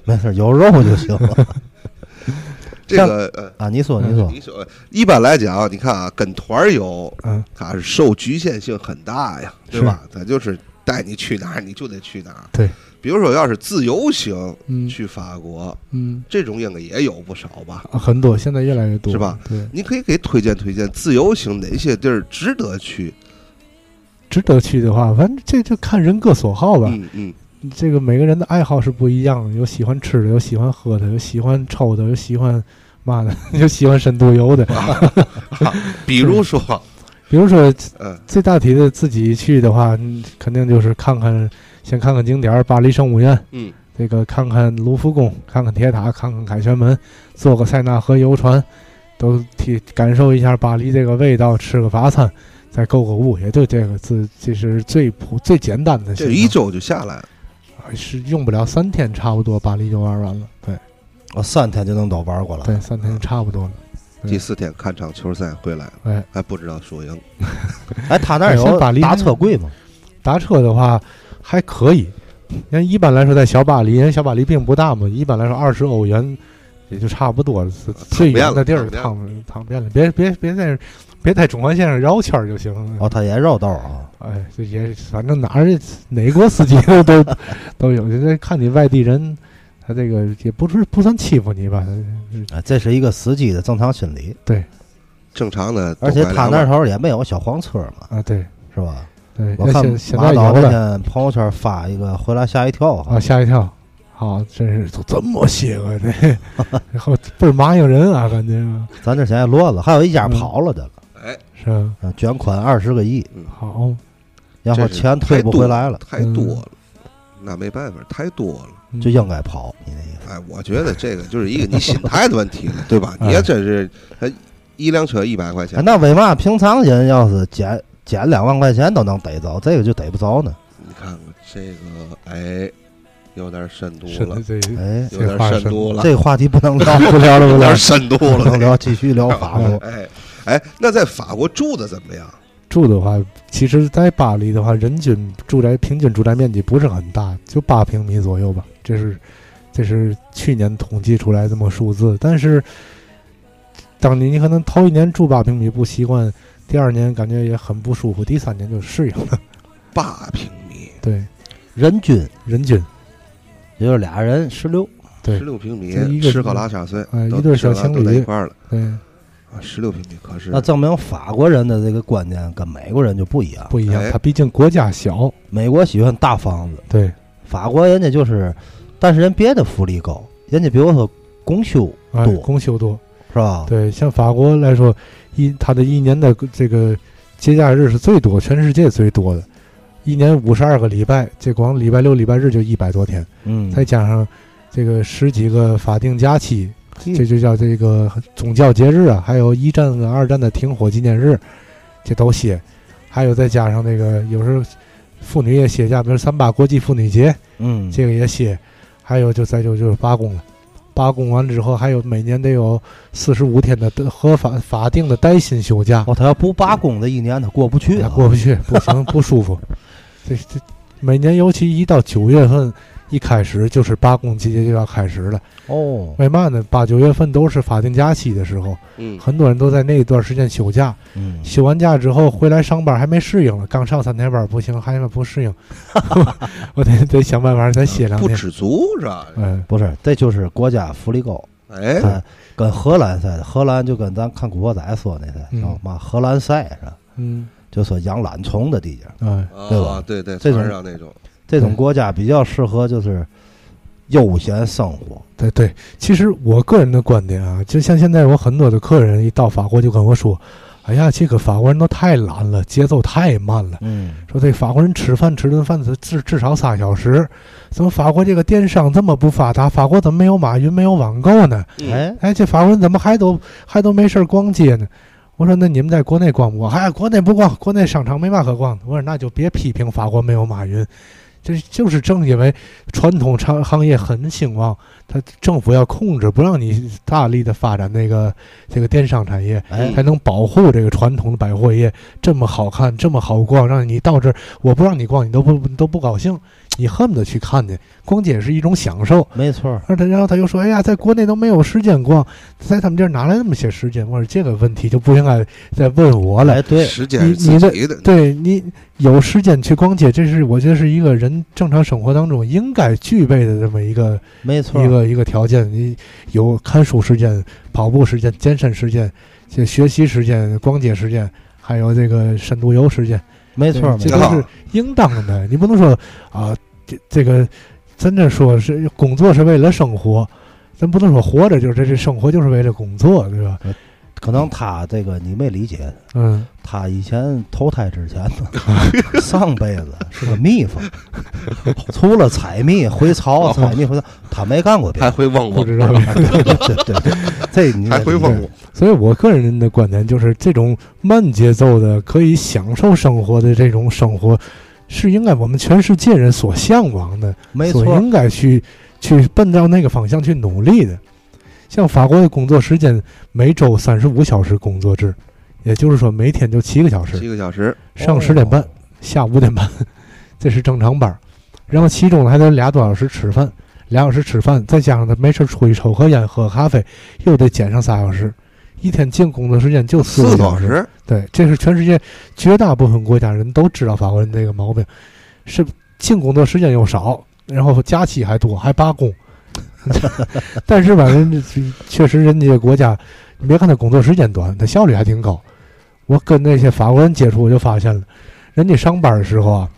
[SPEAKER 1] 没事儿有肉就行了
[SPEAKER 2] 这个呃。
[SPEAKER 1] 啊。你说你说，
[SPEAKER 2] 你说，一般来讲，你看啊，跟团儿游，
[SPEAKER 3] 嗯，
[SPEAKER 2] 它是受局限性很大呀，对吧？它就是带你去哪儿，你就得去哪儿。
[SPEAKER 3] 对，
[SPEAKER 2] 比如说，要是自由行
[SPEAKER 3] 嗯
[SPEAKER 2] 去法国，
[SPEAKER 3] 嗯、
[SPEAKER 2] 这种应该也有不少吧？
[SPEAKER 3] 啊很多现在越来越多，
[SPEAKER 2] 是吧？
[SPEAKER 3] 对，
[SPEAKER 2] 你可以给推荐推荐自由行哪些地儿值得去？
[SPEAKER 3] 值得去的话，反正这就看人各所好吧。
[SPEAKER 2] 嗯嗯，
[SPEAKER 3] 这个每个人的爱好是不一样的，有喜欢吃的，有喜欢喝的，有喜欢抽的，有喜欢嘛的， 有喜欢深度游的。
[SPEAKER 2] 比如说，
[SPEAKER 3] 比如说
[SPEAKER 2] 嗯，
[SPEAKER 3] 最大体的自己去的话，嗯肯定就是看看，先看看景点儿，巴黎圣母院，
[SPEAKER 2] 嗯，
[SPEAKER 3] 这个看看卢浮宫，看看铁塔，看看凯旋门，坐个塞纳河游船，都体感受一下巴黎这个味道，吃个法餐，再购个物，也就这个自，这是最普最简单的行
[SPEAKER 2] 这
[SPEAKER 3] 程。
[SPEAKER 2] 一周就下来了，
[SPEAKER 3] 啊是用不了三天，差不多巴黎就玩完了。对
[SPEAKER 1] 我三天就能都玩过
[SPEAKER 3] 对，
[SPEAKER 1] 来。
[SPEAKER 3] 三天差不多了。嗯
[SPEAKER 2] 第四天看场球赛回来了，
[SPEAKER 3] 哎，
[SPEAKER 2] 还不知道输赢。
[SPEAKER 1] 哎，他那儿
[SPEAKER 3] 哎先
[SPEAKER 1] 有
[SPEAKER 3] 把离
[SPEAKER 1] 打车贵吗？
[SPEAKER 3] 打车的话还可以，因为一般来说在小巴黎，因为小巴黎并不大嘛，一般来说二十欧元也就差不多了。是最远的地儿
[SPEAKER 2] 躺
[SPEAKER 3] 躺躺遍了，别别别在别在中环线上绕圈儿就行了。
[SPEAKER 1] 哦，他也绕道啊。
[SPEAKER 3] 哎，这也反正哪儿哪国司机 都都都有，这看你外地人，他这个也不是不算欺负你吧？
[SPEAKER 1] 哎，这是一个司机的正常心理，
[SPEAKER 2] 正常的都
[SPEAKER 1] 而
[SPEAKER 2] 买
[SPEAKER 1] 且
[SPEAKER 2] 两碗，
[SPEAKER 1] 他那头儿也没有小黄车嘛，
[SPEAKER 3] 啊，对
[SPEAKER 1] 是吧？
[SPEAKER 3] 对，
[SPEAKER 1] 我
[SPEAKER 3] 那
[SPEAKER 1] 看
[SPEAKER 3] 现现
[SPEAKER 1] 马
[SPEAKER 3] 在
[SPEAKER 1] 导
[SPEAKER 3] 有
[SPEAKER 1] 那
[SPEAKER 3] 了
[SPEAKER 1] 天朋友圈发一个，回来吓一跳哈
[SPEAKER 3] 啊，。吓一跳。啊，真是都这么些个这，然后倍儿麻应人啊，感觉
[SPEAKER 1] 咱这现在落了，还有一家
[SPEAKER 3] 嗯
[SPEAKER 1] 跑了的了，
[SPEAKER 2] 哎，
[SPEAKER 3] 是吧？
[SPEAKER 1] 啊捐款二十个亿，
[SPEAKER 3] 好，
[SPEAKER 1] 然后
[SPEAKER 2] 这是
[SPEAKER 1] 钱退不回来了，
[SPEAKER 2] 太多了，那没办法，太多了。
[SPEAKER 1] 就应该跑。你那意思？
[SPEAKER 2] 哎，我觉得这个就是一个你心态的问题了，对吧？
[SPEAKER 3] 哎
[SPEAKER 2] 你也真是，他一辆车一百块
[SPEAKER 1] 哎
[SPEAKER 2] 钱，
[SPEAKER 1] 那为嘛平常人要是捡捡两万块钱都能逮着，这个就逮不着呢？
[SPEAKER 2] 你看看这个，哎，有点深度
[SPEAKER 3] 是
[SPEAKER 2] 了
[SPEAKER 3] 的，，这
[SPEAKER 1] 哎，
[SPEAKER 2] 嗯有点深度了，
[SPEAKER 1] 这个话题不能 聊，不聊了，
[SPEAKER 2] 有
[SPEAKER 1] 不聊
[SPEAKER 2] 点
[SPEAKER 1] 了，
[SPEAKER 2] 深度
[SPEAKER 1] 不能
[SPEAKER 2] 了。
[SPEAKER 1] 聊，继续聊法国。
[SPEAKER 2] 哎哎，那在法国住的怎么样？
[SPEAKER 3] 住的话，其实，在巴黎的话，人均住宅平均住宅面积不是很大，就八平米左右吧。这是这是去年统计出来这么数字。但是，当你你可能头一年住八平米不习惯，第二年感觉也很不舒服，第三年就适应了。
[SPEAKER 2] 八平米，
[SPEAKER 3] 对，
[SPEAKER 1] 人均
[SPEAKER 3] 人均
[SPEAKER 1] 也就是俩人十六，
[SPEAKER 3] 对
[SPEAKER 2] 十六平米
[SPEAKER 3] 这一，个
[SPEAKER 2] 吃喝拉撒睡
[SPEAKER 3] 哎，
[SPEAKER 2] 都
[SPEAKER 3] 一对
[SPEAKER 2] 吃喝
[SPEAKER 3] 小情
[SPEAKER 2] 都在
[SPEAKER 3] 侣
[SPEAKER 2] 一块儿了
[SPEAKER 3] 对
[SPEAKER 2] 啊，十六平米可是
[SPEAKER 1] 那证明法国人的这个观念跟美国人就不一样。
[SPEAKER 3] 不一样
[SPEAKER 2] 哎，
[SPEAKER 3] 它毕竟国家小，
[SPEAKER 1] 美国喜欢大房子，
[SPEAKER 3] 对
[SPEAKER 1] 法国人家就是，但是人别的福利高，人家比如说公休
[SPEAKER 3] 哎
[SPEAKER 1] 多，
[SPEAKER 3] 公休多。
[SPEAKER 1] 是吧？
[SPEAKER 3] 对，像法国来说，一它的一年的这个节假日是最多，全世界最多的，一年五十二个礼拜，这光礼拜六、礼拜日就一百多天，
[SPEAKER 1] 嗯，
[SPEAKER 3] 再加上这个十几个法定假期，
[SPEAKER 1] 嗯
[SPEAKER 3] 这就叫这个宗教节日啊，还有一战的、二战的停火纪念日，这都歇，还有再加上那个有时候妇女也歇假，比如三八国际妇女节，
[SPEAKER 1] 嗯，
[SPEAKER 3] 这个也歇，还有就再就就是罢工了，罢工完之后还有每年得有四十五天的合法法定的带薪休假，
[SPEAKER 1] 哦，他要不罢工，这一年他过不去
[SPEAKER 3] 哎
[SPEAKER 1] 啊。
[SPEAKER 3] 过不去，不行，不舒服。这这每年尤其一到九月份一开始就是罢工季节就要开始了，
[SPEAKER 1] 哦，
[SPEAKER 3] 为嘛呢？八九月份都是法定假期的时候，
[SPEAKER 2] 嗯，
[SPEAKER 3] 很多人都在那一段时间休假，
[SPEAKER 1] 嗯，
[SPEAKER 3] 休完假之后回来上班还没适应了，刚上三天班不行，还不适应，我得得想办法再歇两
[SPEAKER 2] 不
[SPEAKER 3] 天。
[SPEAKER 2] 知足是吧？
[SPEAKER 3] 嗯，
[SPEAKER 1] 不是，这就是国家福利高，
[SPEAKER 2] 哎，
[SPEAKER 1] 哎，跟荷兰赛的，荷兰就跟咱看《古惑仔》说那赛
[SPEAKER 3] 嗯
[SPEAKER 1] 叫嘛荷兰赛是吧？
[SPEAKER 3] 嗯，
[SPEAKER 1] 就说养懒虫的地界，
[SPEAKER 3] 哎，
[SPEAKER 1] 对
[SPEAKER 2] 啊
[SPEAKER 1] 吧，
[SPEAKER 2] 对对，
[SPEAKER 1] 这种
[SPEAKER 2] 船上那种，
[SPEAKER 1] 这种
[SPEAKER 3] 对
[SPEAKER 1] 国家比较适合就是悠闲生活。
[SPEAKER 3] 对对，其实我个人的观点啊，就像现在我很多的客人一到法国就跟我说，哎呀，这个法国人都太懒了，节奏太慢了。
[SPEAKER 1] 嗯，
[SPEAKER 3] 说这法国人吃饭吃顿饭至至至少仨小时，怎么法国这个电商这么不发达？法国怎么没有马云没有网购呢？
[SPEAKER 2] 嗯，
[SPEAKER 1] 哎，
[SPEAKER 3] 哎，这法国人怎么还都还都没事儿逛街呢？我说那你们在国内逛不逛？哎，国内不逛，国内商场没嘛可逛的。我说那就别批评法国没有马云，这就是正因为传统行行业很兴旺，它政府要控制，不让你大力的发展那个这个电商产业，
[SPEAKER 1] 哎
[SPEAKER 3] 才能保护这个传统的百货业这么好看，这么好逛，让你到这儿我不让你逛，你都不你都不高兴，你恨不得去看去，逛街也是一种享受。
[SPEAKER 1] 没错儿，
[SPEAKER 3] 而他然后他又说：“哎呀，在国内都没有时间逛，在他们这儿哪来那么些时间？”我说：“这个问题就不应该再问我了。
[SPEAKER 1] 哎，对，
[SPEAKER 2] 时间是
[SPEAKER 3] 你
[SPEAKER 2] 自
[SPEAKER 3] 你的
[SPEAKER 2] 己的，
[SPEAKER 3] 对你有时间去逛街，这是我觉得是一个人正常生活当中应该具备的这么一个
[SPEAKER 1] 没错
[SPEAKER 3] 一
[SPEAKER 1] 儿，
[SPEAKER 3] 个一个条件。你有看书时间、跑步时间、健身时间、这学习时间、逛街时间，还有这个深度游时间。”
[SPEAKER 1] 没错儿，没
[SPEAKER 3] 这
[SPEAKER 1] 错
[SPEAKER 3] 都
[SPEAKER 1] 儿。
[SPEAKER 3] 是应当的。你不能说啊，这这个真正说是工作是为了生活，咱不能说活着就是这这生活就是为了工作，对吧？
[SPEAKER 1] 可能他这个你没理解，
[SPEAKER 3] 嗯，
[SPEAKER 1] 他以前投胎之前呢，上辈子是个蜜蜂，除了采蜜回巢、采蜜回巢，他没干过别
[SPEAKER 2] 还
[SPEAKER 1] 的。
[SPEAKER 2] 会忘
[SPEAKER 3] 不
[SPEAKER 2] 我，
[SPEAKER 3] 知道。
[SPEAKER 1] 对对对对，这你
[SPEAKER 2] 还会忘
[SPEAKER 1] 对
[SPEAKER 2] 我，
[SPEAKER 3] 所以我个人的观点就是，这种慢节奏的可以享受生活的这种生活，是应该我们全世界人所向往的。
[SPEAKER 1] 没
[SPEAKER 3] 所
[SPEAKER 1] 错，
[SPEAKER 3] 应该去去奔到那个方向去努力的。像法国的工作时间每周三十五小时工作制，也就是说每天就七个小时，
[SPEAKER 2] 七个小时，
[SPEAKER 3] 上十点半，下午五点半，这是正常班儿。然后其中还得俩多小时吃饭，俩小时吃饭，再加上他没事儿出去抽颗烟、喝咖啡，又得减上仨小时，一天净工作时间就
[SPEAKER 2] 四
[SPEAKER 3] 个
[SPEAKER 2] 个
[SPEAKER 3] 小
[SPEAKER 2] 小。时，
[SPEAKER 3] 对，这是全世界绝大部分国家人都知道法国人这个毛病，是净工作时间又少，然后假期还多，还罢工。 但是吧，人家确实人家国家，你别看他工作时间短，他效率还挺高。我跟那些法国人接触，我就发现了，人家上班的时候啊，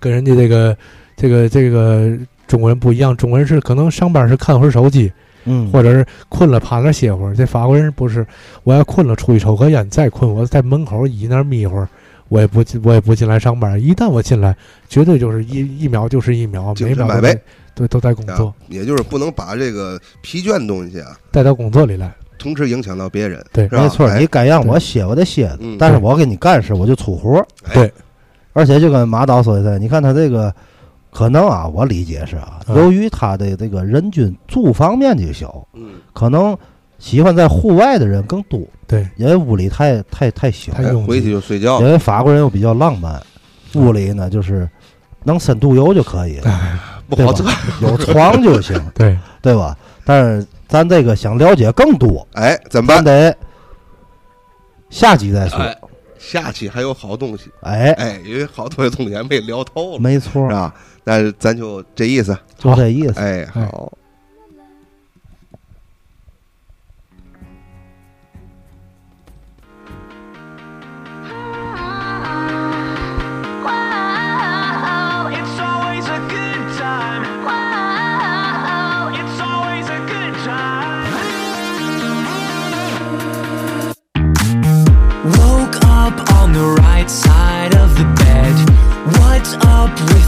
[SPEAKER 3] 跟人家这个这个这个中国人不一样，中国人是可能上班是看会儿手机，
[SPEAKER 1] 嗯，
[SPEAKER 3] 或者是困了趴那儿歇会儿。这法国人不是，我要困了出去抽根烟，再困我在门口倚那儿眯会儿，我也不进，我也不进来上班。一旦我进来，绝对就是一一秒就是一秒，
[SPEAKER 2] 精
[SPEAKER 3] 每
[SPEAKER 2] 神百
[SPEAKER 3] 秒都
[SPEAKER 2] 倍
[SPEAKER 3] 在对都在工
[SPEAKER 2] 啊
[SPEAKER 3] 作，
[SPEAKER 2] 也就是不能把这个疲倦的东西啊，
[SPEAKER 3] 带到工作里来。
[SPEAKER 2] 同时影响到别人，
[SPEAKER 3] 对
[SPEAKER 2] 是吧？
[SPEAKER 1] 没错，
[SPEAKER 2] 哎
[SPEAKER 1] 你该让我歇，我得歇着
[SPEAKER 2] 嗯，
[SPEAKER 1] 但是我给你干事，我就出活儿。
[SPEAKER 2] 哎
[SPEAKER 3] 对
[SPEAKER 1] 而且就跟马导说的，你看他这个，可能啊，我理解是啊，
[SPEAKER 3] 嗯
[SPEAKER 1] 由于他的这个人均住房面积小，
[SPEAKER 2] 嗯，
[SPEAKER 1] 可能喜欢在户外的人更多，
[SPEAKER 3] 对，
[SPEAKER 1] 因为屋里太太太小，
[SPEAKER 3] 太
[SPEAKER 2] 哎
[SPEAKER 3] 拥挤
[SPEAKER 2] 回去就睡觉
[SPEAKER 1] 因，为法国人又比较浪漫，
[SPEAKER 2] 嗯
[SPEAKER 1] 屋里呢就是能深度游就可以，
[SPEAKER 2] 哎不
[SPEAKER 1] 对
[SPEAKER 2] 好
[SPEAKER 1] 吧
[SPEAKER 2] 做。
[SPEAKER 1] 有床就 行，
[SPEAKER 3] 对，
[SPEAKER 1] 对吧？但是咱这个想了解更多，
[SPEAKER 2] 哎，怎么
[SPEAKER 1] 咱
[SPEAKER 2] 办？
[SPEAKER 1] 得下集再说。
[SPEAKER 2] 哎，下期还有好东西，
[SPEAKER 1] 哎，
[SPEAKER 2] 哎，因为好多东西还没聊透了，
[SPEAKER 1] 没错
[SPEAKER 2] 是，吧？那咱就这意思，
[SPEAKER 1] 就这意思。
[SPEAKER 2] 哎，好。
[SPEAKER 4] Wow, it's always a good time. Wow, it's always a good time.
[SPEAKER 5] Woke up on the right side of the bed. What's up with